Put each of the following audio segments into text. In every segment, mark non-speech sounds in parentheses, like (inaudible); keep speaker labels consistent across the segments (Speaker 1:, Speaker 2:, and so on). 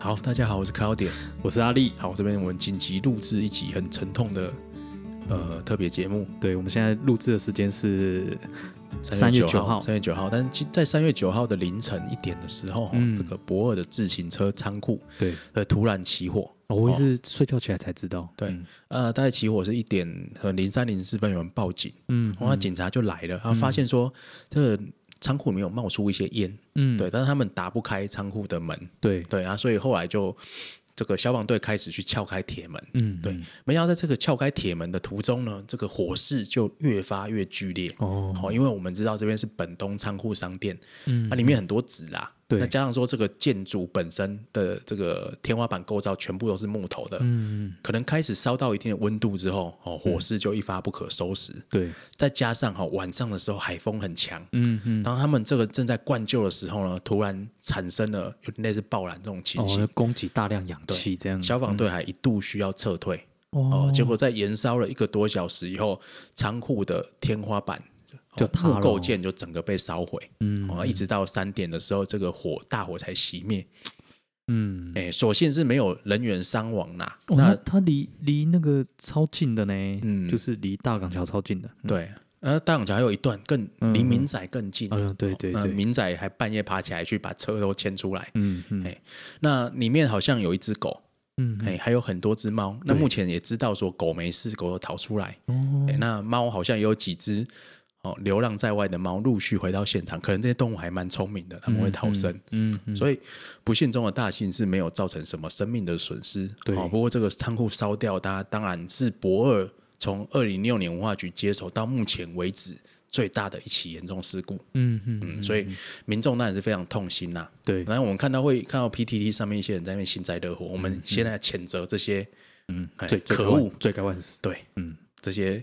Speaker 1: 好，大家好，我是 Claudius。
Speaker 2: 我是阿力。
Speaker 1: 好，这边我们紧急录制一集很沉痛的呃特别节目，
Speaker 2: 对，我们现在录制的时间是3月9号
Speaker 1: 三月九号。但是其在三月九号的凌晨一点的时候，哦
Speaker 2: 嗯
Speaker 1: 这个博尔的自行车仓库
Speaker 2: 对，
Speaker 1: 呃突然起火。
Speaker 2: 哦我也是睡觉起来才知道。嗯
Speaker 1: 对，呃，大概起火是一点呃零三零四分，有人报警，
Speaker 2: 嗯
Speaker 1: 然后警察就来了，然后发现说这个仓库里面有冒出一些烟，
Speaker 2: 嗯，
Speaker 1: 对，但是他们打不开仓库的门，
Speaker 2: 对，
Speaker 1: 对啊，所以后来就这个消防队开始去撬开铁门，
Speaker 2: 嗯，
Speaker 1: 对，没想到在这个撬开铁门的途中呢，这个火势就越发越剧烈。
Speaker 2: 哦，
Speaker 1: 好、因为我们知道这边是本东仓库商店，
Speaker 2: 嗯
Speaker 1: 它、里面很多纸啦，
Speaker 2: 对
Speaker 1: 那加上说这个建筑本身的这个天花板构造全部都是木头的，
Speaker 2: 嗯，
Speaker 1: 可能开始烧到一定的温度之后，哦，火势就一发不可收拾。
Speaker 2: 对，
Speaker 1: 再加上哈、哦、晚上的时候海风很强，
Speaker 2: 嗯嗯，
Speaker 1: 当他们这个正在灌救的时候呢，突然产生了有点类似爆燃这种情
Speaker 2: 哦，
Speaker 1: 形，
Speaker 2: 要供给大量氧气这样。
Speaker 1: 消防队还一度需要撤退。哦
Speaker 2: 哦，，
Speaker 1: 结果在延烧了一个多小时以后，仓库的天花板
Speaker 2: 就
Speaker 1: 哦
Speaker 2: 塌
Speaker 1: 木
Speaker 2: 了
Speaker 1: 构
Speaker 2: 哦
Speaker 1: 件就整个被烧毁。嗯，哦，一直到三点的时候，这个火大火才熄灭。
Speaker 2: 嗯，
Speaker 1: 哎，所幸是没有人员伤亡啦。
Speaker 2: 哦
Speaker 1: 那
Speaker 2: 那它离离那个超近的呢，
Speaker 1: 嗯
Speaker 2: 就是离大港桥超近的。嗯，
Speaker 1: 对，呃，大港桥还有一段更
Speaker 2: 嗯
Speaker 1: 离民宅更近。哦
Speaker 2: 啊，对对
Speaker 1: 那
Speaker 2: 对，
Speaker 1: 民宅还半夜爬起来去把车都牵出来。
Speaker 2: 嗯嗯
Speaker 1: 哎那里面好像有一只狗，
Speaker 2: 嗯，
Speaker 1: 哎，还有很多只猫。那
Speaker 2: 对
Speaker 1: 目前也知道说狗没事，狗都逃出来。
Speaker 2: 哦，
Speaker 1: 欸那猫好像也有几只哦，流浪在外的猫陆续回到现场，可能这些动物还蛮聪明的，它们会逃生。
Speaker 2: 嗯嗯，
Speaker 1: 所以不幸中的大幸是没有造成什么生命的损失。
Speaker 2: 对
Speaker 1: 哦，不过这个仓库烧掉，它当然是博尔从二零六年文化局接手到目前为止最大的一起严重事故。
Speaker 2: 嗯嗯，
Speaker 1: 嗯，所以民众当然是非常痛心啦、
Speaker 2: 对，
Speaker 1: 然后我们看到会看到 PTT 上面一些人在那边幸灾乐祸，我们现在谴责这些
Speaker 2: 嗯
Speaker 1: 哎，
Speaker 2: 最
Speaker 1: 可恶，
Speaker 2: 最该万死。
Speaker 1: 对，
Speaker 2: 嗯，
Speaker 1: 这些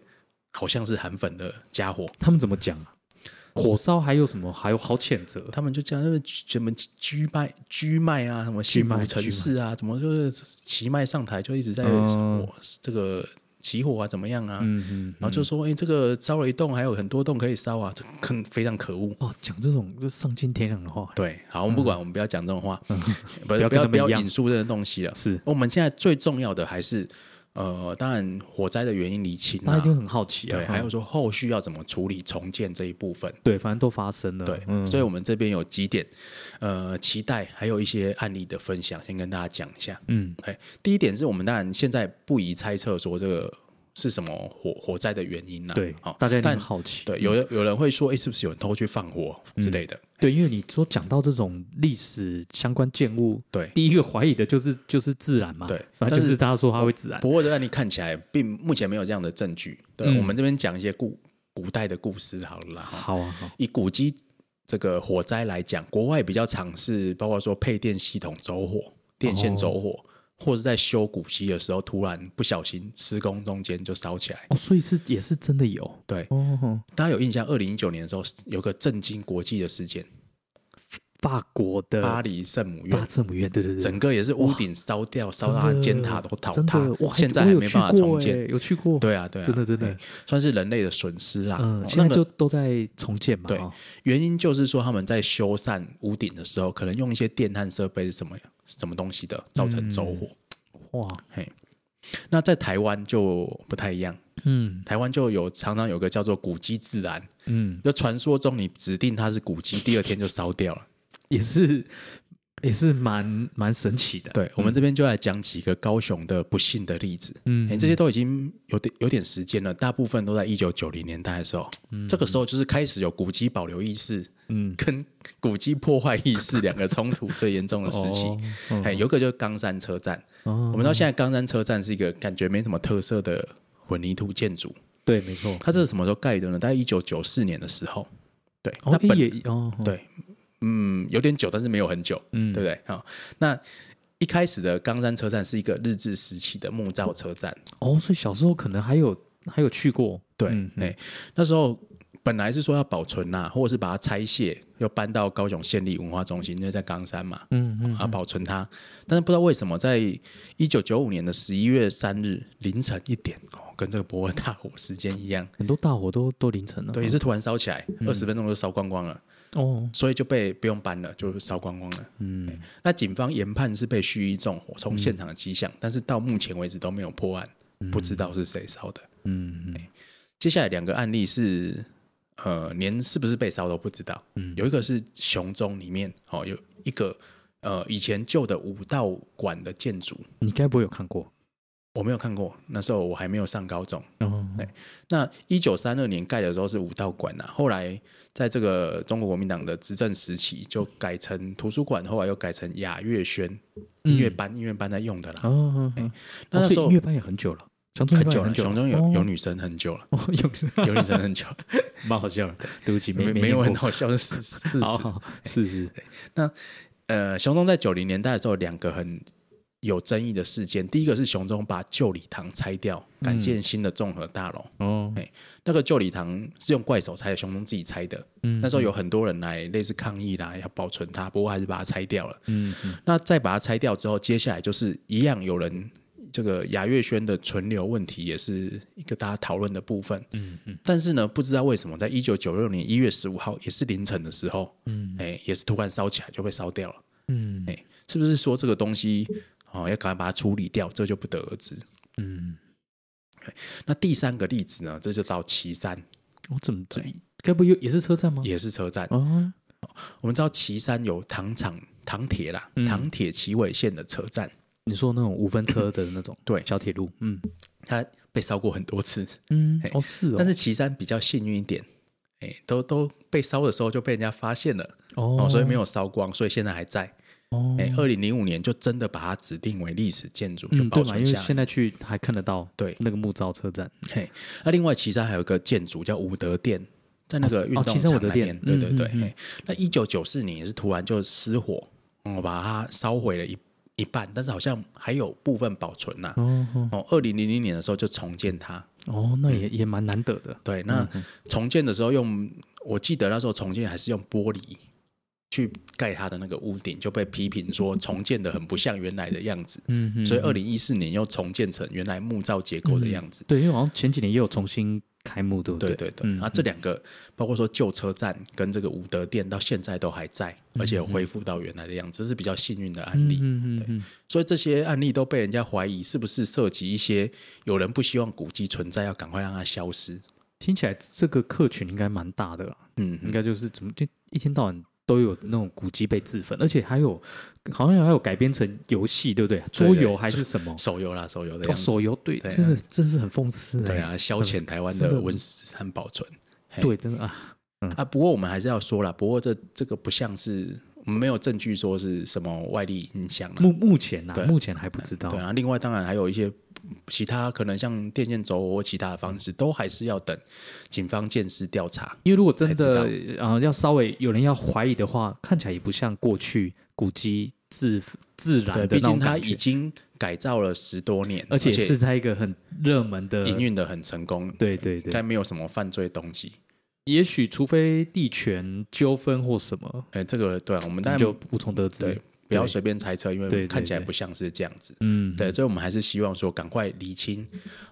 Speaker 1: 好像是韩粉的家伙。
Speaker 2: 他们怎么讲啊？火烧还有什么？还有好谴责？
Speaker 1: 他们就讲那个什么居麦居麦啊，什么幸福城市啊，怎么就是奇麦上台就一直在
Speaker 2: 嗯
Speaker 1: 我这个起火啊，怎么样啊？
Speaker 2: 嗯嗯，
Speaker 1: 然后就说，哎、这个烧了一栋，还有很多栋可以烧啊，这很非常可恶。
Speaker 2: 哇，讲这种这丧尽天良的话，
Speaker 1: 对，好，我们不管，我们不要讲这种 (laughs) 话，不
Speaker 2: 不
Speaker 1: 要不
Speaker 2: 要跟
Speaker 1: 要
Speaker 2: 他们
Speaker 1: 不要
Speaker 2: 一样
Speaker 1: 引述这种东西了。
Speaker 2: 是，
Speaker 1: 我们现在最重要的还是，呃，当然火灾的原因理清
Speaker 2: 大家
Speaker 1: 啊
Speaker 2: 一，定很好奇啊。
Speaker 1: 对，
Speaker 2: 嗯
Speaker 1: 还有说后续要怎么处理重建这一部分。
Speaker 2: 对，反正都发生了。
Speaker 1: 对，
Speaker 2: 嗯，
Speaker 1: 所以我们这边有几点，呃，期待还有一些案例的分享，先跟大家讲一下。
Speaker 2: 嗯
Speaker 1: 哎，第一点是我们当然现在不宜猜测说这个是什么火火灾的原因啦、
Speaker 2: 对
Speaker 1: 好，，
Speaker 2: 大家一定
Speaker 1: 但
Speaker 2: 很好嗯奇。
Speaker 1: 对有人有人会说，哎，是不是有人偷去放火之类的？
Speaker 2: 对，因为你说讲到这种历史相关建物，
Speaker 1: 对
Speaker 2: 第一个怀疑的就是就是自然嘛。
Speaker 1: 对
Speaker 2: 反正就
Speaker 1: 但是
Speaker 2: 是大家说它会自然。
Speaker 1: 不过这案例看起来并目前没有这样的证据。对、
Speaker 2: 嗯
Speaker 1: 我们这边讲一些故古代的故事好了啦。哈
Speaker 2: 好啊，好，
Speaker 1: 以古迹这个火灾来讲，国外比较常是包括说配电系统走火、电线走火，
Speaker 2: 哦
Speaker 1: 或是在修古迹的时候突然不小心施工中间就烧起来。
Speaker 2: 哦，所以是也是真的有
Speaker 1: 对，
Speaker 2: 哦。
Speaker 1: 大家有印象？二零一九年的时候有个震惊国际的事件，
Speaker 2: 法国的
Speaker 1: 巴黎圣母
Speaker 2: 呃巴
Speaker 1: 院。
Speaker 2: 圣母院，对对对，
Speaker 1: 整个也是屋顶烧掉，烧到它
Speaker 2: 真的
Speaker 1: 尖塔都倒
Speaker 2: 真
Speaker 1: 塌
Speaker 2: 的，哇，
Speaker 1: 现在还没办法重
Speaker 2: 我
Speaker 1: 建。
Speaker 2: 有去过欸，有去过，
Speaker 1: 对啊，对啊，
Speaker 2: 真的真的
Speaker 1: 哎算是人类的损失啦。哦
Speaker 2: 嗯，现
Speaker 1: 那
Speaker 2: 在
Speaker 1: 个
Speaker 2: 就都在重建嘛，
Speaker 1: 对
Speaker 2: 哦
Speaker 1: 原因就是说他们在修缮屋顶的时候，可能用一些电焊设备是什么是什么东西的，造成走火。
Speaker 2: 哇，
Speaker 1: 嘿，那在台湾就不太一样，
Speaker 2: 嗯
Speaker 1: 台湾就有常常有个叫做古迹自燃，
Speaker 2: 嗯，
Speaker 1: 就传说中你指定它是古迹，第二天就烧掉了。
Speaker 2: 也是也是蛮蛮神奇的，，
Speaker 1: 对，我们这边就来讲几个高雄的不幸的例子。
Speaker 2: 嗯
Speaker 1: 哎，这些都已经有点有点时间了，大部分都在一九九零年代的时候。这个时候就是开始有古迹保留意识
Speaker 2: 嗯，
Speaker 1: 跟古迹破坏意识两个冲突最严重的时期。
Speaker 2: (laughs) 哦
Speaker 1: 哎，有一个就是冈山车站。
Speaker 2: 哦
Speaker 1: 我们知道现在冈山车站是一个感觉没什么特色的混凝土建筑，
Speaker 2: 对，没错，
Speaker 1: 它这是什么时候盖的呢？大概一九九四年的时候。对，
Speaker 2: 哦，
Speaker 1: 那本、
Speaker 2: 也哦，哦
Speaker 1: 对，嗯，有点久，但是没有很久，
Speaker 2: 嗯
Speaker 1: 对不对？好、那一开始的冈山车站是一个日治时期的木造车站，
Speaker 2: 哦，所以小时候可能还有还有去过，
Speaker 1: 对，哎、
Speaker 2: 嗯
Speaker 1: 那时候。本来是说要保存呐、或者是把它拆卸，又搬到高雄县立文化中心，因为在冈山嘛。
Speaker 2: 嗯嗯，
Speaker 1: 啊保存它。但是不知道为什么，在一九九五年的十一月三日凌晨一点，哦，跟这个博尔大火时间一样，
Speaker 2: 很多大火都都凌晨了，嗯
Speaker 1: 对，也是突然烧起来，二十分钟就烧光光了。
Speaker 2: 哦，
Speaker 1: 所以就被不用搬了，就烧光光了。哎
Speaker 2: 嗯，
Speaker 1: 那警方研判是被蓄意纵火，从现场的迹象，但是到目前为止都没有破案，不知道是谁烧的。
Speaker 2: 嗯嗯
Speaker 1: 接下来两个案例是，呃，连是不是被烧都不知道。有一个是雄中里面，哦，有一个呃以前旧的武道馆的建筑，
Speaker 2: 你该不会有看过？
Speaker 1: 我没有看过，那时候我还没有上高中。
Speaker 2: 哦，
Speaker 1: 那一九三二年盖的时候是武道馆啊，后来在这个中国国民党的执政时期就改成图书馆，后来又改成雅乐轩音乐班，音乐班在用的啦。
Speaker 2: 嗯哦哦，哦
Speaker 1: 那那
Speaker 2: 哦所以
Speaker 1: 时候
Speaker 2: 音乐班也很久了，雄中
Speaker 1: 很久了，
Speaker 2: 很久，
Speaker 1: 雄中有有
Speaker 2: 哦
Speaker 1: 女生很久了，
Speaker 2: 哦有，
Speaker 1: 有女生很久，
Speaker 2: 蛮好笑的，对不起，
Speaker 1: 没
Speaker 2: (laughs) 没
Speaker 1: 没有
Speaker 2: 念
Speaker 1: 很
Speaker 2: 过
Speaker 1: 好笑是事
Speaker 2: (laughs)
Speaker 1: 事实。
Speaker 2: 好好是是，
Speaker 1: 呃，熊中在九零年代的时候，两个很有争议的事件，第一个是熊中把旧礼堂拆掉，
Speaker 2: 嗯
Speaker 1: 改建新的综合大楼。
Speaker 2: 哦，
Speaker 1: 那个旧礼堂是用怪手拆的，熊中自己拆的。
Speaker 2: 嗯
Speaker 1: 那时候有很多人来类似抗议啦，要保存它，不过还是把它拆掉了。
Speaker 2: 嗯嗯
Speaker 1: 那再把它拆掉之后，接下来就是一样有人。这个雅乐轩的存留问题也是一个大家讨论的部分，
Speaker 2: 嗯嗯
Speaker 1: 但是呢，不知道为什么，在一九九六年一月十五号，也是凌晨的时候，
Speaker 2: 嗯
Speaker 1: 哎，也是突然烧起来就被烧掉了。
Speaker 2: 嗯
Speaker 1: 哎，是不是说这个东西哦要赶快把它处理掉，这就不得而知。
Speaker 2: 嗯，
Speaker 1: 那第三个例子呢，这就到岐山，
Speaker 2: 我怎么这该不会又也是车站吗？
Speaker 1: 也是车站。
Speaker 2: 哦，
Speaker 1: 我们知道岐山有糖厂、糖铁啦，
Speaker 2: 嗯
Speaker 1: 糖铁旗尾线的车站，
Speaker 2: 你说那种五分车的那种
Speaker 1: 对
Speaker 2: 小铁路，嗯
Speaker 1: 它被烧过很多次，
Speaker 2: 嗯
Speaker 1: 嘿
Speaker 2: 哦是哦，
Speaker 1: 但是岐山比较幸运一点。哎，都都被烧的时候就被人家发现了
Speaker 2: 哦
Speaker 1: 哦，所以没有烧光，所以现在还在。
Speaker 2: 哦
Speaker 1: 哎，二零零五年就真的把它指定为历史建筑，就
Speaker 2: 嗯
Speaker 1: 保
Speaker 2: 对嘛，
Speaker 1: 存
Speaker 2: 因为
Speaker 1: 下来。
Speaker 2: 现在去还看得到
Speaker 1: 对
Speaker 2: 那个木造车站，
Speaker 1: 嘿，那另外岐山还有一个建筑叫武德殿，在那个运
Speaker 2: 哦
Speaker 1: 动
Speaker 2: 岐山
Speaker 1: 场
Speaker 2: 武德
Speaker 1: 那边，
Speaker 2: 殿
Speaker 1: 对对
Speaker 2: 嗯
Speaker 1: 对。
Speaker 2: 嗯嗯
Speaker 1: 嘿那一九九四年也是突然就失火，嗯我、把它烧毁了一一半，但是好像还有部分保存呐、
Speaker 2: 哦哦
Speaker 1: 哦，二零零零年的时候就重建它。
Speaker 2: 哦，那也也蛮难得的，
Speaker 1: 对，那重建的时候用，我记得那时候重建还是用玻璃去盖它的那个屋顶，就被批评说重建的很不像原来的样子。
Speaker 2: 嗯嗯
Speaker 1: 所以二零一四年又重建成原来木造结构的样子。
Speaker 2: 对，因为好像前几年也有重新开幕，对不
Speaker 1: 对
Speaker 2: 对？嗯
Speaker 1: 对对，啊，这两个包括说旧车站跟这个武德殿到现在都还在，而且有恢复到原来的样子，这是比较幸运的案例。
Speaker 2: 嗯嗯嗯
Speaker 1: 所以这些案例都被人家怀疑是不是涉及一些有人不希望古迹存在，要赶快让它消失。
Speaker 2: 听起来这个客群应该蛮大的啦，
Speaker 1: 嗯，
Speaker 2: 应该就是怎么就一天到晚都有那种古迹被自焚，而且还有好像还有改编成游戏，对不对？
Speaker 1: 对
Speaker 2: 桌游还是什么？
Speaker 1: 手游啦，手游的
Speaker 2: 哦，
Speaker 1: 样子。
Speaker 2: 手游对，
Speaker 1: 对啊
Speaker 2: 真的真是很讽刺哎。
Speaker 1: 对啊，消遣台湾
Speaker 2: 嗯真
Speaker 1: 的
Speaker 2: 的
Speaker 1: 文史和保存嘿
Speaker 2: 对，真的啊，
Speaker 1: 啊。不过我们还是要说啦，不过这这个不像是我们没有证据说是什么外力影响啦。
Speaker 2: 目目前
Speaker 1: 对
Speaker 2: 呐，目前还不知道
Speaker 1: 对。啊，另外当然还有一些其他可能像电线走火或其他的方式，都还是要等警方见识调查。
Speaker 2: 因为如果真的
Speaker 1: 才
Speaker 2: 啊、呃要稍微有人要怀疑的话，看起来也不像过去古迹自自然
Speaker 1: 对，
Speaker 2: 的
Speaker 1: 毕
Speaker 2: 那
Speaker 1: 竟
Speaker 2: 种
Speaker 1: 它
Speaker 2: 感
Speaker 1: 已
Speaker 2: 觉，
Speaker 1: 经改造了十多年，
Speaker 2: 而且是在一个很热门的
Speaker 1: 营运的很成功，
Speaker 2: 对对
Speaker 1: 应
Speaker 2: 对
Speaker 1: 该，没有什么犯罪动机。
Speaker 2: 也许除非地权纠纷或什么，
Speaker 1: 哎，这个对啊，我们
Speaker 2: 我
Speaker 1: 当然
Speaker 2: 们就无从得
Speaker 1: 对
Speaker 2: 知。
Speaker 1: 不要随便猜测，因
Speaker 2: 对
Speaker 1: 为
Speaker 2: 对
Speaker 1: 看起来
Speaker 2: 对
Speaker 1: 不像是这样子。
Speaker 2: 嗯，
Speaker 1: 对，所以我们还是希望说，赶快厘清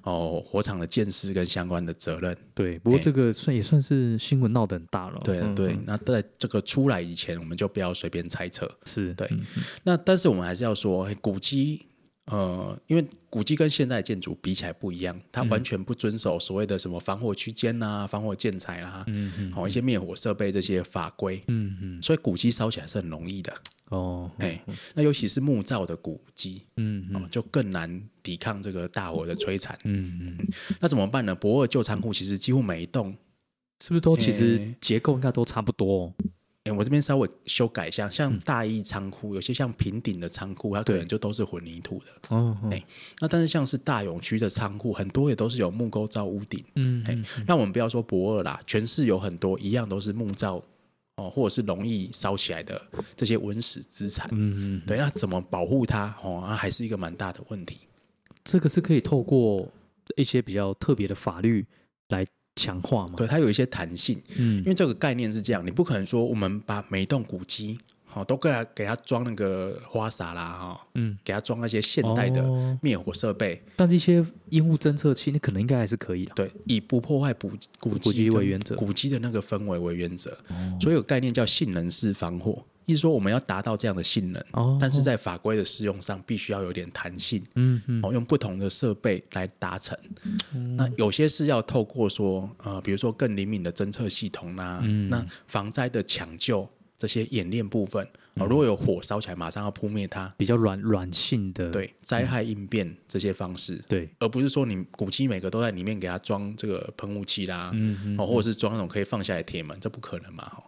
Speaker 1: 哦火场的建设跟相关的责任。
Speaker 2: 对。不过
Speaker 1: 哎
Speaker 2: 这个算也算是新闻闹得很大了。
Speaker 1: 对、
Speaker 2: 嗯
Speaker 1: 对，，那在这个出来以前，我们就不要随便猜测。
Speaker 2: 是
Speaker 1: 对
Speaker 2: 嗯
Speaker 1: 那但是我们还是要说，嘿古迹，呃，因为古迹跟现代建筑比起来不一样，
Speaker 2: 嗯
Speaker 1: 它完全不遵守所谓的什么防火区间啦、防火建材啦，嗯，好、一些灭火设备这些法规，
Speaker 2: 嗯嗯，
Speaker 1: 所以古迹烧起来是很容易的，
Speaker 2: 哦，
Speaker 1: 哎、那尤其是木造的古迹，
Speaker 2: 嗯
Speaker 1: 哦，就更难抵抗这个大火的摧残。
Speaker 2: 嗯嗯，
Speaker 1: 那怎么办呢？博尔旧仓库其实几乎每一栋。
Speaker 2: 是不是都其
Speaker 1: 哎
Speaker 2: 实结构应该都差不多、哦？
Speaker 1: 哎、我这边稍微修改一下，
Speaker 2: 嗯
Speaker 1: 像大义仓库，有些像平顶的仓库，它可能就都是混凝土的。
Speaker 2: 哦，哦
Speaker 1: 哎那但是像是大勇区的仓库，很多也都是有木构造屋顶。
Speaker 2: 嗯
Speaker 1: 哎、那我们不要说博二啦，全市有很多一样都是木造哦，或者是容易烧起来的这些文史资产。
Speaker 2: 嗯嗯，
Speaker 1: 对，那怎么保护它？哦，那还是一个蛮大的问题。
Speaker 2: 这个是可以透过一些比较特别的法律来强化嘛？
Speaker 1: 对，它有一些弹性，因
Speaker 2: 嗯
Speaker 1: 为这个概念是这样，你不可能说我们把每一栋古迹好，都给他给他装那个花洒啦，哈，
Speaker 2: 嗯，
Speaker 1: 给他装那些现代的
Speaker 2: 哦
Speaker 1: 灭火设备，
Speaker 2: 但这些烟雾侦测器，你可能应该还是可以的。
Speaker 1: 对，以不破坏古古
Speaker 2: 古迹
Speaker 1: 跟
Speaker 2: 为原则
Speaker 1: 古迹的那个氛围为原则，所以有概念叫性能式防火，意思说我们要达到这样的性能，
Speaker 2: 哦
Speaker 1: 但是在法规的适用上必须要有点弹性，
Speaker 2: 嗯嗯，
Speaker 1: 哦，用不同的设备来达成。那有些是要透过说，呃，比如说更灵敏的侦测系统啦、
Speaker 2: 嗯
Speaker 1: 那防灾的抢救这些演练部分，
Speaker 2: 嗯
Speaker 1: 哦，如果有火烧起来，马上要扑灭它，
Speaker 2: 比较软软性的，
Speaker 1: 对，灾害应变这些方式，
Speaker 2: 对，
Speaker 1: 而不是说你古迹每个都在里面给它装这个喷雾器啦，哦，或者是装那种可以放下来的铁门，这不可能嘛，哈、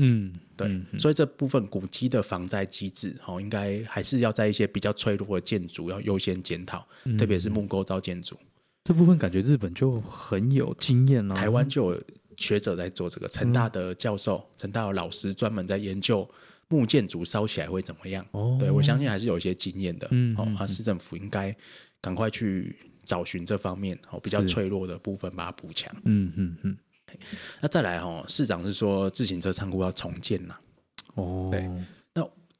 Speaker 2: 嗯，
Speaker 1: 对，所以这部分古迹的防灾机制，哦，应该还是要在一些比较脆弱的建筑要优先检讨，
Speaker 2: 嗯
Speaker 1: 特别是木构造建筑，
Speaker 2: 这部分感觉日本就很有经验了、
Speaker 1: 台湾就有学者在做这个，
Speaker 2: 嗯
Speaker 1: 成大的教授、成大的老师专门在研究木建筑烧起来会怎么样。
Speaker 2: 哦
Speaker 1: 对我相信还是有一些经验的。
Speaker 2: 嗯
Speaker 1: 哦，啊，市政府应该赶快去找寻这方面哦比较
Speaker 2: 是
Speaker 1: 脆弱的部分，把它补强。
Speaker 2: 嗯嗯嗯，
Speaker 1: 那再来哦，市长是说自行车仓库要重建呐、
Speaker 2: 哦，
Speaker 1: 对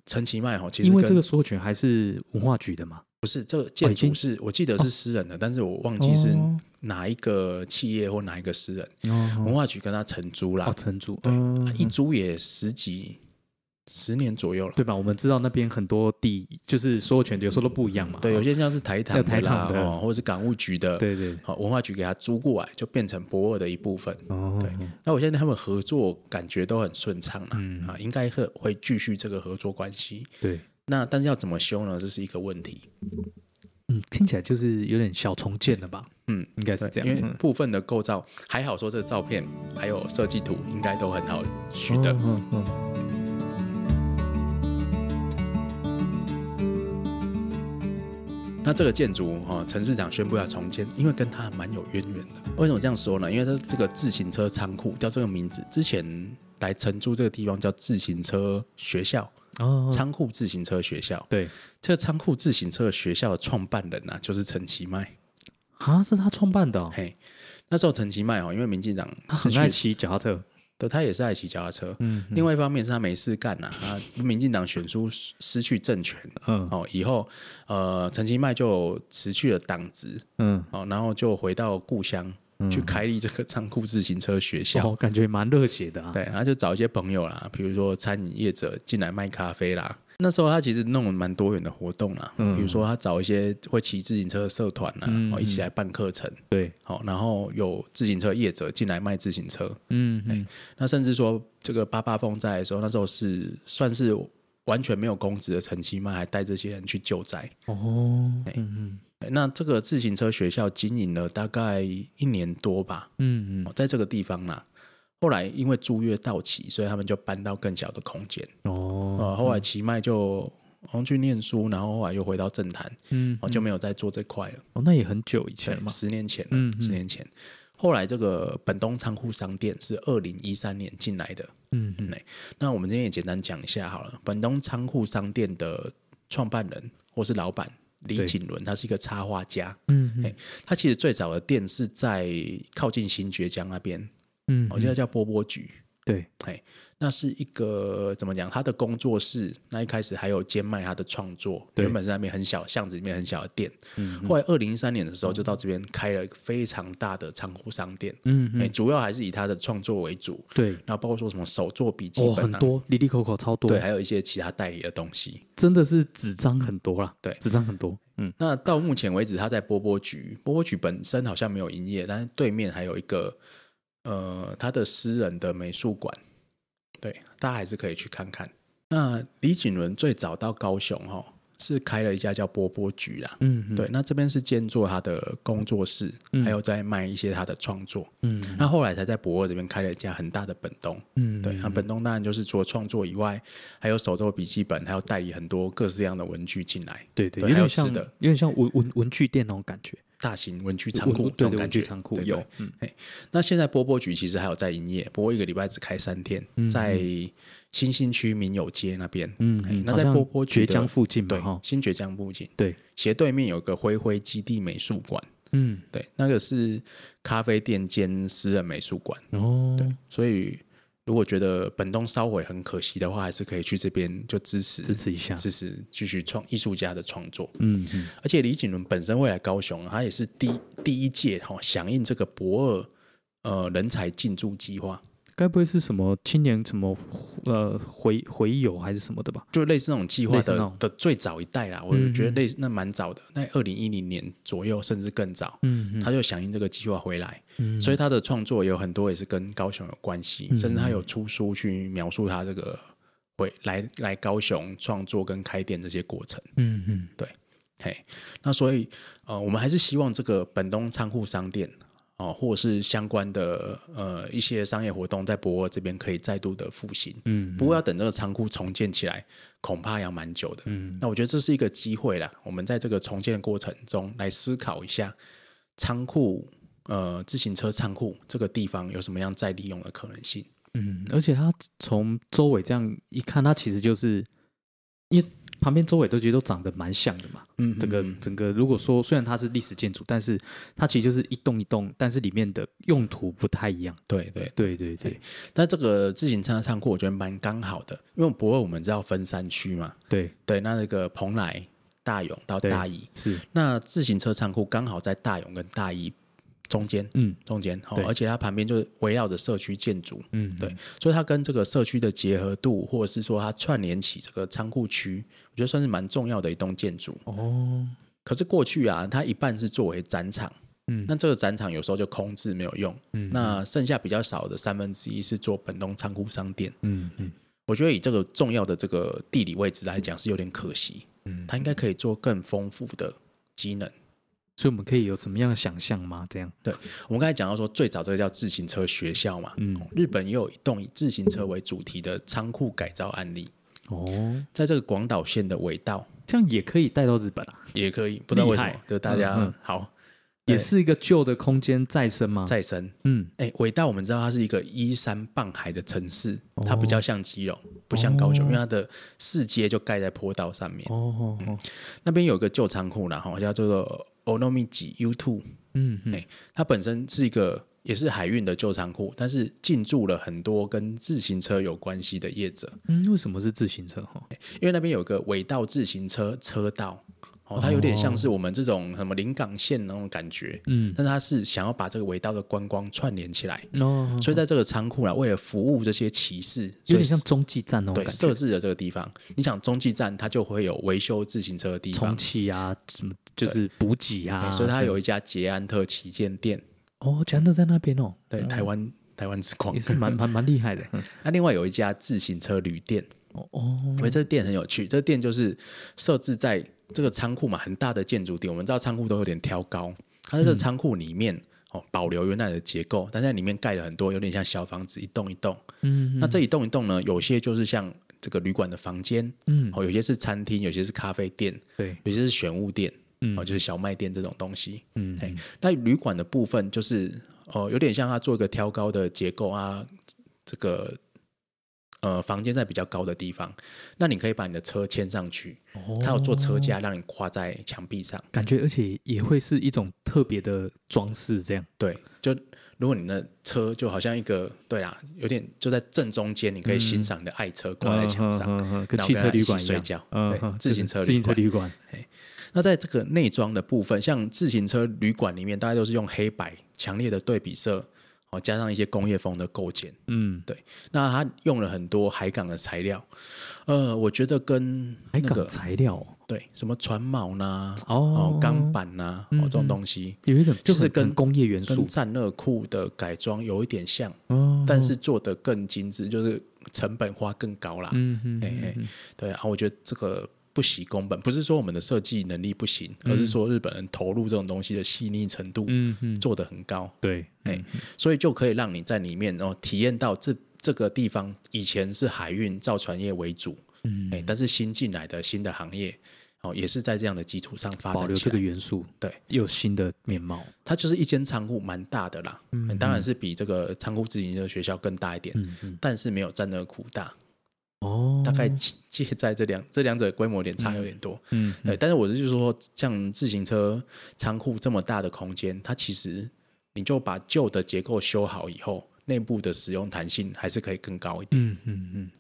Speaker 1: 陈其迈哦，其实
Speaker 2: 因为这
Speaker 1: 跟
Speaker 2: 个所有权还是文化局的嘛，
Speaker 1: 不是这个建
Speaker 2: 已
Speaker 1: 筑
Speaker 2: 经
Speaker 1: 是、我记得是私人的，但是我忘记是
Speaker 2: 哦
Speaker 1: 哪一个企业或哪一个私人，
Speaker 2: 哦，
Speaker 1: 文化局跟他承租啦，
Speaker 2: 哦，城主，
Speaker 1: 对
Speaker 2: 嗯
Speaker 1: 一租也十几十年左右了。
Speaker 2: 对吧？我们知道那边很多地就是所有权有时候都不一样嘛，
Speaker 1: 对，有
Speaker 2: 些
Speaker 1: 些像是台糖的
Speaker 2: 哦台
Speaker 1: 啦，
Speaker 2: 糖的
Speaker 1: 哦，或者是港务局的，
Speaker 2: 对对，
Speaker 1: 好文化局给他租过来，就变成博尔的一部分。
Speaker 2: 哦，嗯
Speaker 1: 对那我现在他们合作感觉都很顺畅啦，啊，应该会会继续这个合作关系。
Speaker 2: 对，
Speaker 1: 那但是要怎么修呢？这是一个问题。
Speaker 2: 嗯，听起来就是有点小重建了吧？
Speaker 1: 嗯，
Speaker 2: 应该是
Speaker 1: 对
Speaker 2: 这，
Speaker 1: 因为
Speaker 2: 样，嗯
Speaker 1: 部分的构造还好，说这照片还有设计图应该都很好取得。
Speaker 2: 嗯嗯嗯。
Speaker 1: 那这个建筑哈、哦，陈市长宣布要重建，因为跟他蛮有渊源的。为什么这样说呢？因为他这个自行车仓库叫这个名字，之前来承租这个地方叫自行车学校，
Speaker 2: 哦，
Speaker 1: 仓库自行车学校。
Speaker 2: 对，
Speaker 1: 这个仓库自行车学校的创办人啊，就是陈其迈。
Speaker 2: 啊，是他创办的哦，
Speaker 1: 嘿，那时候陈其迈哦，因为民进党
Speaker 2: 他
Speaker 1: 失
Speaker 2: 很
Speaker 1: 去
Speaker 2: 爱骑脚踏车，
Speaker 1: 对，他也是爱骑脚踏车。嗯，另外一方面是他没事干呐、啊，民进党选出失失去政权，
Speaker 2: 嗯
Speaker 1: 哦，以后呃，陈其迈就辞去了党职，
Speaker 2: 嗯，
Speaker 1: 哦，然后就回到故乡、去开立这个仓库自行车学校。
Speaker 2: 哦，感觉蛮热血的啊，
Speaker 1: 对，他就找一些朋友啦，比如说餐饮业者进来卖咖啡啦。那时候他其实弄了蛮多元的活动啦，
Speaker 2: 嗯
Speaker 1: 比如说他找一些会骑自行车的社团啦，哦，一
Speaker 2: 嗯
Speaker 1: 起来办课程，
Speaker 2: 对，
Speaker 1: 好、然后有自行车业者进来卖自行车，
Speaker 2: 嗯嗯
Speaker 1: 那甚至说，这个八八风灾的时候，那时候是算是完全没有公职的陈其迈还带这些人去救灾。
Speaker 2: 哦，
Speaker 1: 哎那这个自行车学校经营了大概一年多吧，
Speaker 2: 嗯嗯，
Speaker 1: 哦在这个地方啦。后来因为租约到期，所以他们就搬到更小的空间。
Speaker 2: 哦，
Speaker 1: 呃，后来奇迈就好像去念书，然后后来又回到政坛，
Speaker 2: 嗯，
Speaker 1: 哦，就没有再做这块了。
Speaker 2: 哦，那也很久以前了
Speaker 1: 对，
Speaker 2: 嘛，
Speaker 1: 十年前了，
Speaker 2: 嗯嗯
Speaker 1: 十年前。后来这个本东仓库商店是二零一三年进来的，
Speaker 2: 嗯
Speaker 1: 嗯，那我们今天也简单讲一下好了。本东仓库商店的创办人或是老板李
Speaker 2: 对
Speaker 1: 景伦，他是一个插画家，
Speaker 2: 嗯
Speaker 1: 哎，他其实最早的店是在靠近新爵江那边，
Speaker 2: 嗯
Speaker 1: 我记得叫波波局，
Speaker 2: 对，
Speaker 1: 那是一个怎么讲？他的工作室那一开始还有兼卖他的创作，
Speaker 2: 对嗯
Speaker 1: 原本是那边很小巷子里面很小的店，后来二零一三年的时候就到这边开了一个非常大的仓库商店，
Speaker 2: 嗯
Speaker 1: 哎、主要还是以他的创作为主，
Speaker 2: 对，
Speaker 1: 然后包括说什么手作笔记
Speaker 2: 哦，
Speaker 1: 本
Speaker 2: 很
Speaker 1: 啊，
Speaker 2: 多，里里口口超多
Speaker 1: 对，，还有一些其他代理的东西。
Speaker 2: 真的是纸张很多啦，
Speaker 1: 对
Speaker 2: 纸张很多，嗯，
Speaker 1: 那到目前为止，他在波波局，波波局本身好像没有营业，但是对面还有一个呃他的私人的美术馆，对，大家还是可以去看看。那李景伦最早到高雄哈、哦，是开了一家叫波波局啦。
Speaker 2: 嗯
Speaker 1: 对，那这边是兼做他的工作室，还有在卖一些他的创作。
Speaker 2: 嗯，
Speaker 1: 那后来才在博尔这边开了一家很大的本东。
Speaker 2: 嗯，
Speaker 1: 对，那本东当然就是除了创作以外，还有手作笔记本，还有代理很多各式各样的文具进来，
Speaker 2: 对对，
Speaker 1: 对
Speaker 2: 有
Speaker 1: 还有
Speaker 2: 点
Speaker 1: 吃
Speaker 2: 像，
Speaker 1: 的
Speaker 2: 有点像文文文具店那种感觉，
Speaker 1: 大型文具仓库
Speaker 2: 文
Speaker 1: 这
Speaker 2: 对
Speaker 1: 种
Speaker 2: 对
Speaker 1: 感
Speaker 2: 文
Speaker 1: 觉。
Speaker 2: 具仓库
Speaker 1: 对
Speaker 2: 有
Speaker 1: 对，那现在波波局其实还有在营业，不过一个礼拜只开三天，在新兴区民友街那边。
Speaker 2: 嗯
Speaker 1: 哎
Speaker 2: 嗯，
Speaker 1: 那
Speaker 2: 好
Speaker 1: 在
Speaker 2: 像
Speaker 1: 波波局
Speaker 2: 绝
Speaker 1: 的
Speaker 2: 江附近嘛，
Speaker 1: 对
Speaker 2: 哈，，
Speaker 1: 新爵江附近
Speaker 2: 对，
Speaker 1: 斜对面有个灰灰基地美术馆，
Speaker 2: 嗯，
Speaker 1: 对，那个是咖啡店兼私人美术馆，
Speaker 2: 哦，
Speaker 1: 所以如果觉得本东烧毁很可惜的话，还是可以去这边就支持
Speaker 2: 支持一啊下
Speaker 1: 支持继续创艺术家的创作。
Speaker 2: 嗯嗯，
Speaker 1: 而且李景伦本身会来高雄，他也是第第一届哈、哦响应这个博尔呃人才进驻计划，
Speaker 2: 该不会是什么青年什么呃回回友还是什么的吧？
Speaker 1: 就类似那种计划
Speaker 2: 类似那
Speaker 1: 的
Speaker 2: 种
Speaker 1: 的最早一代啦，我
Speaker 2: 嗯
Speaker 1: 觉得类似那蛮早的，在二零一零年左右甚至更早，
Speaker 2: 嗯
Speaker 1: 他就响应这个计划回来，
Speaker 2: 嗯
Speaker 1: 所以他的创作有很多也是跟高雄有关系，甚至他有出书去描述他这个回来来高雄创作跟开店这些过程。
Speaker 2: 嗯嗯，
Speaker 1: 嘿，那所以呃，我们还是希望这个本东仓库商店哦、或者是相关的呃一些商业活动，在博尔这边可以再度的复兴。
Speaker 2: 嗯，
Speaker 1: 不过要等这个仓库重建起来，恐怕要蛮久的。嗯，那我觉得这是一个机会啦，我们在这个重建的过程中来思考一下仓库。呃，自行车仓库这个地方有什么样再利用的可能性？
Speaker 2: 嗯，而且它从周围这样一看，它其实就是因为旁边周围都其实都长得蛮像的嘛。
Speaker 1: 嗯
Speaker 2: 整个整个如果说虽然它是历史建筑，但是它其实就是一栋一栋，但是里面的用途不太一样。
Speaker 1: 对对
Speaker 2: 对对对
Speaker 1: 但这个自行车仓库我觉得蛮刚好的，因为博尔我们知道分山区嘛，
Speaker 2: 对，
Speaker 1: 对，那那个蓬莱、大勇到
Speaker 2: 对
Speaker 1: 大义，
Speaker 2: 是
Speaker 1: 那自行车仓库刚好在大勇跟大义中间，
Speaker 2: 嗯
Speaker 1: 中间，哦
Speaker 2: 对、
Speaker 1: 而且它旁边就是围绕着社区建筑，
Speaker 2: 嗯，
Speaker 1: 对，所以它跟这个社区的结合度，或者是说它串联起这个仓库区，我觉得算是蛮重要的一栋建筑。
Speaker 2: 哦，
Speaker 1: 可是过去啊，它一半是作为展场，
Speaker 2: 嗯
Speaker 1: 那这个展场有时候就空置没有用，
Speaker 2: 嗯
Speaker 1: 那剩下比较少的三分之一是做本东仓库商店，
Speaker 2: 嗯嗯
Speaker 1: 我觉得以这个重要的这个地理位置来讲是有点可惜，
Speaker 2: 嗯，
Speaker 1: 它应该可以做更丰富的机能。
Speaker 2: 所以我们可以有什么样的想象吗？这样，
Speaker 1: 我们刚才讲到说，最早这个叫自行车学校嘛，
Speaker 2: 嗯，
Speaker 1: 日本也有一栋以自行车为主题的仓库改造案例，
Speaker 2: 哦，
Speaker 1: 在这个广岛县的尾道
Speaker 2: 这样也可以带到日本啊，
Speaker 1: 也可以，不知道为什
Speaker 2: 厉
Speaker 1: 么
Speaker 2: 害，
Speaker 1: 就大
Speaker 2: 嗯
Speaker 1: 家
Speaker 2: 嗯
Speaker 1: 好对
Speaker 2: 也是一个旧的空间再生吗？
Speaker 1: 再生。
Speaker 2: 嗯，
Speaker 1: 哎，尾道我们知道它是一个依山傍海的城市，它
Speaker 2: 哦
Speaker 1: 比较像基隆，不像高雄，因为它的市街就盖在坡道上面。
Speaker 2: 哦哦哦，
Speaker 1: 那边有一个旧仓库啦，哈，叫做 Onomichi U Two，
Speaker 2: 嗯嗯
Speaker 1: 哎它本身是一个也是海运的旧仓库，但是进驻了很多跟自行车有关系的业者，
Speaker 2: 嗯，为什么是自行车？哈，
Speaker 1: 因为那边有个尾道自行车车道，哦，它有点像是我们这种什么临港线那种感觉，
Speaker 2: 嗯，
Speaker 1: 但是它是想要把这个尾道的观光串联起来，
Speaker 2: 哦，
Speaker 1: 所以在这个仓库啦，啊为了服务这些骑士，
Speaker 2: 有
Speaker 1: 所以
Speaker 2: 点像中继站那种
Speaker 1: 对
Speaker 2: 感
Speaker 1: 设
Speaker 2: 觉，
Speaker 1: 置了这个地方。你想中继站，它就会有维修自行车的地
Speaker 2: 重
Speaker 1: 方，
Speaker 2: 启啊，什么就是补给啊，
Speaker 1: 哎所以它
Speaker 2: 什么
Speaker 1: 有一家捷安特旗舰店，
Speaker 2: 哦，捷安特在那边哦，
Speaker 1: 对，台湾台湾之光
Speaker 2: 也。是蛮蛮蛮厉害的，嗯
Speaker 1: 那另外有一家自行车旅店，
Speaker 2: 哦哦，
Speaker 1: 我觉得这店很有趣。这店就是设置在这个仓库嘛，很大的建筑地。我们知道仓库都有点挑高，它
Speaker 2: 嗯
Speaker 1: 在这个仓库里面、哦保留原来的结构，但在里面盖了很多有点像小房子，一栋一栋。
Speaker 2: 嗯
Speaker 1: 那这一栋一栋呢，有些就是像这个旅馆的房间，
Speaker 2: 嗯，
Speaker 1: 哦，有些是餐厅，有些是咖啡店，
Speaker 2: 对，
Speaker 1: 有些是玄物店，
Speaker 2: 嗯
Speaker 1: 哦，就是小卖店这种东西。
Speaker 2: 嗯
Speaker 1: 嘿，那旅馆的部分就是呃，有点像它做一个挑高的结构啊，这个呃房间在比较高的地方，那你可以把你的车牵上去，
Speaker 2: 哦
Speaker 1: 它有做车架让你挂在墙壁上。
Speaker 2: 感觉，而且也会是一种特别的装饰，这样，
Speaker 1: 对，就如果你的车就好像一个对啦，有点就在正中间，你可以欣赏你的爱车挂在墙上。
Speaker 2: 嗯嗯嗯嗯跟
Speaker 1: 然后
Speaker 2: 汽车
Speaker 1: 它一
Speaker 2: 旅
Speaker 1: 起
Speaker 2: 馆一
Speaker 1: 睡
Speaker 2: 样，
Speaker 1: 觉，
Speaker 2: 嗯，
Speaker 1: 对
Speaker 2: 嗯，
Speaker 1: 自行车
Speaker 2: 自
Speaker 1: 旅
Speaker 2: 行车
Speaker 1: 馆。
Speaker 2: 旅馆，
Speaker 1: 那在这个内装的部分，像自行车旅馆里面，大家都是用黑白强烈的对比色，哦，加上一些工业风的构建。
Speaker 2: 嗯，
Speaker 1: 那它用了很多海港的材料，呃，我觉得跟
Speaker 2: 还
Speaker 1: 那
Speaker 2: 港
Speaker 1: 个
Speaker 2: 材料哦
Speaker 1: 对什么船锚呐、
Speaker 2: 哦嗯
Speaker 1: 哦，钢板呐、哦这种东西，
Speaker 2: 有一种
Speaker 1: 就
Speaker 2: 就是是跟
Speaker 1: 跟
Speaker 2: 工业元
Speaker 1: 跟
Speaker 2: 素，
Speaker 1: 战乐库的改装有一点像，
Speaker 2: 嗯哦，
Speaker 1: 但是做的更精致，就是成本花更高啦。
Speaker 2: 嗯嗯
Speaker 1: 哎哎，对啊，我觉得这个不惜工本，不是说我们的设计能力不行，而是说日本人投入这种东西的细腻程度
Speaker 2: 嗯嗯，
Speaker 1: 做得很高，
Speaker 2: 对，
Speaker 1: 哎，所以就可以让你在里面哦体验到这这个地方以前是海运造船业为主，
Speaker 2: 嗯，
Speaker 1: 哎，但是新进来的新的行业哦也是在这样的基础上发
Speaker 2: 保
Speaker 1: 展
Speaker 2: 留
Speaker 1: 起
Speaker 2: 这个
Speaker 1: 来。
Speaker 2: 元素，
Speaker 1: 对，
Speaker 2: 又有新的面貌，
Speaker 1: 它就是一间仓库，蛮大的啦，嗯当然是比这个仓库自行车学校更大一点，
Speaker 2: 嗯嗯，
Speaker 1: 但是没有战乐库大，
Speaker 2: 哦，
Speaker 1: 大概 (laughs) 介在这两这两者规模有点差有点多。
Speaker 2: 嗯，
Speaker 1: 对，但是我就是说，像自行车仓库这么大的空间，它其实你就把旧的结构修好以后，内部的使用弹性还是可以更高一点。
Speaker 2: 嗯嗯嗯，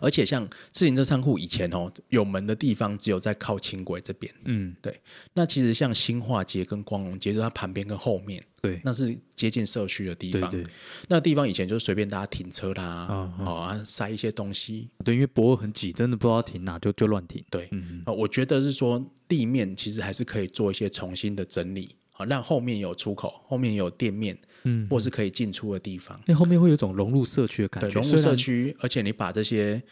Speaker 1: 而且像自行车仓库以前哦，有门的地方只有在靠轻轨这边。
Speaker 2: 嗯，
Speaker 1: 那其实像新化街跟光荣街，就是它旁边跟后面，
Speaker 2: 对，
Speaker 1: 那是接近社区的地
Speaker 2: 对
Speaker 1: 方。
Speaker 2: 对
Speaker 1: 那地方以前就是随便大家停车啦，
Speaker 2: 啊啊
Speaker 1: 哦啊塞一些东西。
Speaker 2: 对，因为博尔很挤，真的不知道停哪就就乱停。
Speaker 1: 对，
Speaker 2: 嗯，嗯
Speaker 1: 啊，我觉得是说地面其实还是可以做一些重新的整理，啊，让后面有出口，后面有店面，
Speaker 2: 嗯，
Speaker 1: 或是可以进出的地方。
Speaker 2: 那后面会有一种融入社区的感
Speaker 1: 对，
Speaker 2: 觉，
Speaker 1: 融入
Speaker 2: 虽然
Speaker 1: 社，区，而且你把这些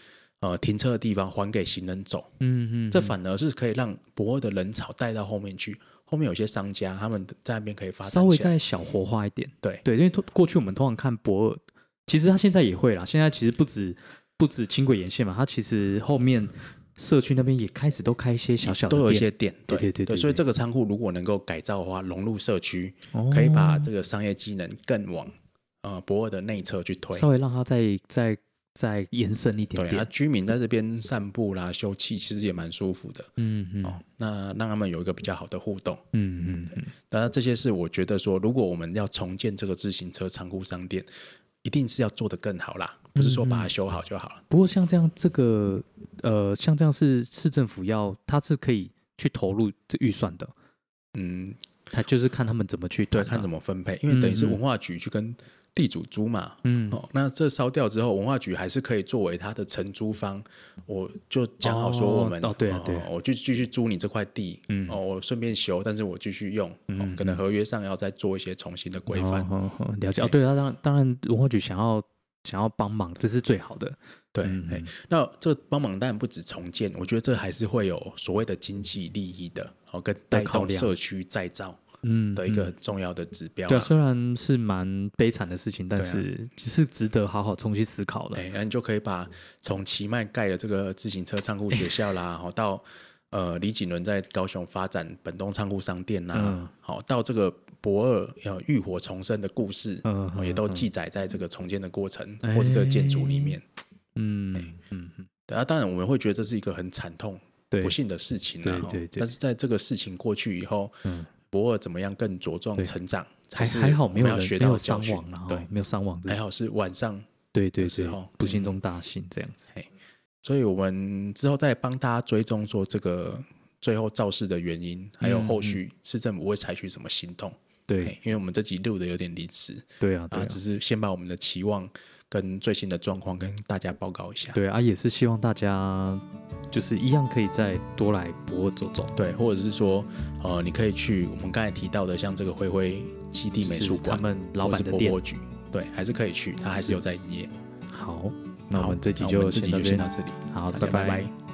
Speaker 1: 呃停车的地方还给行人走，
Speaker 2: 嗯嗯，
Speaker 1: 这反而是可以让博尔的人潮带到后面去。后面有些商家，他们在那边可以发展起
Speaker 2: 稍
Speaker 1: 来，
Speaker 2: 微再小活化一点。
Speaker 1: 对
Speaker 2: 对，因为通过去我们通常看博尔，其实他现在也会啦。现在其实不止不止轻轨沿线嘛，他其实后面社区那边也开始都开一些小小的
Speaker 1: 都有一
Speaker 2: 店
Speaker 1: 些店，
Speaker 2: 对对
Speaker 1: 对
Speaker 2: 对对
Speaker 1: 所以
Speaker 2: 对
Speaker 1: 这个仓库如果能够改造的话，融入社区，
Speaker 2: 哦
Speaker 1: 可以把这个商业机能更往呃博尔的内侧去推。
Speaker 2: 稍微让它再再再延伸一点
Speaker 1: 对啊，
Speaker 2: 点。
Speaker 1: 居民在这边散步啦、休憩，其实也蛮舒服的。
Speaker 2: 嗯嗯
Speaker 1: 哦，那让他们有一个比较好的互动。
Speaker 2: 嗯嗯嗯，
Speaker 1: 当然，这些是我觉得说，如果我们要重建这个自行车仓库商店，一定是要做得更好啦，不是说把
Speaker 2: 嗯
Speaker 1: 它修好就好了。
Speaker 2: 不过像这样，这个呃，像这样是市政府要，它是可以去投入这预算的，
Speaker 1: 嗯，
Speaker 2: 它就是看他们怎么去啊
Speaker 1: 对，看怎
Speaker 2: 么，
Speaker 1: 么分配，因为等于是
Speaker 2: 嗯嗯
Speaker 1: 文化局去跟地主租嘛。
Speaker 2: 嗯，
Speaker 1: 哦，那这烧掉之后，文化局还是可以作为它的承租方，我就讲好说我们
Speaker 2: 哦对啊对啊
Speaker 1: 我就继续租你这块地，
Speaker 2: 嗯
Speaker 1: 哦，我顺便修，但是我继续用，哦
Speaker 2: 嗯，
Speaker 1: 可能合约上要再做一些重新的规范，
Speaker 2: 哦哦哦了解。哦，
Speaker 1: 对
Speaker 2: 对啊，当然当然，文化局想要想要帮忙，这是最好的。
Speaker 1: 对，
Speaker 2: 嗯
Speaker 1: 嘿那这帮忙当然不止重建，我觉得这还是会有所谓的经济利益的，哦，跟带
Speaker 2: 考
Speaker 1: 动
Speaker 2: 量
Speaker 1: 社区再造
Speaker 2: 嗯，
Speaker 1: 的一个
Speaker 2: 嗯
Speaker 1: 很重要的指标
Speaker 2: 对啊，
Speaker 1: 啦。
Speaker 2: 虽然是蛮悲惨的事情，但
Speaker 1: 对啊
Speaker 2: 是只是值得好好重新思考的。
Speaker 1: 哎，那你就可以把从奇迈盖的这个自行车仓库学校
Speaker 2: 哎
Speaker 1: 啦，好到呃李景伦在高雄发展本东仓库商店
Speaker 2: 嗯
Speaker 1: 啦，好、到这个博尔呃浴火重生的故事，
Speaker 2: 嗯
Speaker 1: 哦也都记载在这个重建的过程、
Speaker 2: 哎
Speaker 1: 或是这个建筑里面。
Speaker 2: 嗯嗯嗯，
Speaker 1: 对啊，当然我们会觉得这是一个很惨痛、
Speaker 2: 对
Speaker 1: 不，幸的事情啦，
Speaker 2: 对
Speaker 1: 哦
Speaker 2: 对对
Speaker 1: 但是在这个事情过去以后，
Speaker 2: 嗯
Speaker 1: 博尔怎么样更茁壮
Speaker 2: 对
Speaker 1: 成长，才
Speaker 2: 还
Speaker 1: 是
Speaker 2: 还好没有
Speaker 1: 我们要
Speaker 2: 人
Speaker 1: 学
Speaker 2: 没
Speaker 1: 到
Speaker 2: 有
Speaker 1: 的教
Speaker 2: 伤
Speaker 1: 训
Speaker 2: 亡啦，哦
Speaker 1: 对，
Speaker 2: 没有伤亡这，
Speaker 1: 还好是晚上
Speaker 2: 对对
Speaker 1: 的时
Speaker 2: 对
Speaker 1: 候，嗯
Speaker 2: 不幸中大幸这样子。
Speaker 1: 所以我们之后再帮大家追踪说这个最后肇事的原因，还有后续市政府会采取什么行动。
Speaker 2: 嗯对
Speaker 1: 嘿因为我们这集录的有点临时
Speaker 2: 对啊，对
Speaker 1: 啊，
Speaker 2: 啊，
Speaker 1: 只是先把我们的期望跟最新的状况跟大家报告一下。
Speaker 2: 对啊，也是希望大家就是一样可以再多来博尔走走。
Speaker 1: 对，或者是说，呃，你可以去我们刚才提到的，像这个灰灰基地美术
Speaker 2: 就是他
Speaker 1: 馆，
Speaker 2: 们老
Speaker 1: 或
Speaker 2: 板
Speaker 1: 是
Speaker 2: 的
Speaker 1: 波
Speaker 2: 店
Speaker 1: 波。局，对，还是可以去，它还是有在营业。
Speaker 2: 好，那我
Speaker 1: 好
Speaker 2: 们这集
Speaker 1: 那我
Speaker 2: 就
Speaker 1: 们这
Speaker 2: 先
Speaker 1: 集
Speaker 2: 到
Speaker 1: 就
Speaker 2: 这
Speaker 1: 先
Speaker 2: 里
Speaker 1: 到。这里，
Speaker 2: 好，
Speaker 1: 大家
Speaker 2: 拜
Speaker 1: 拜拜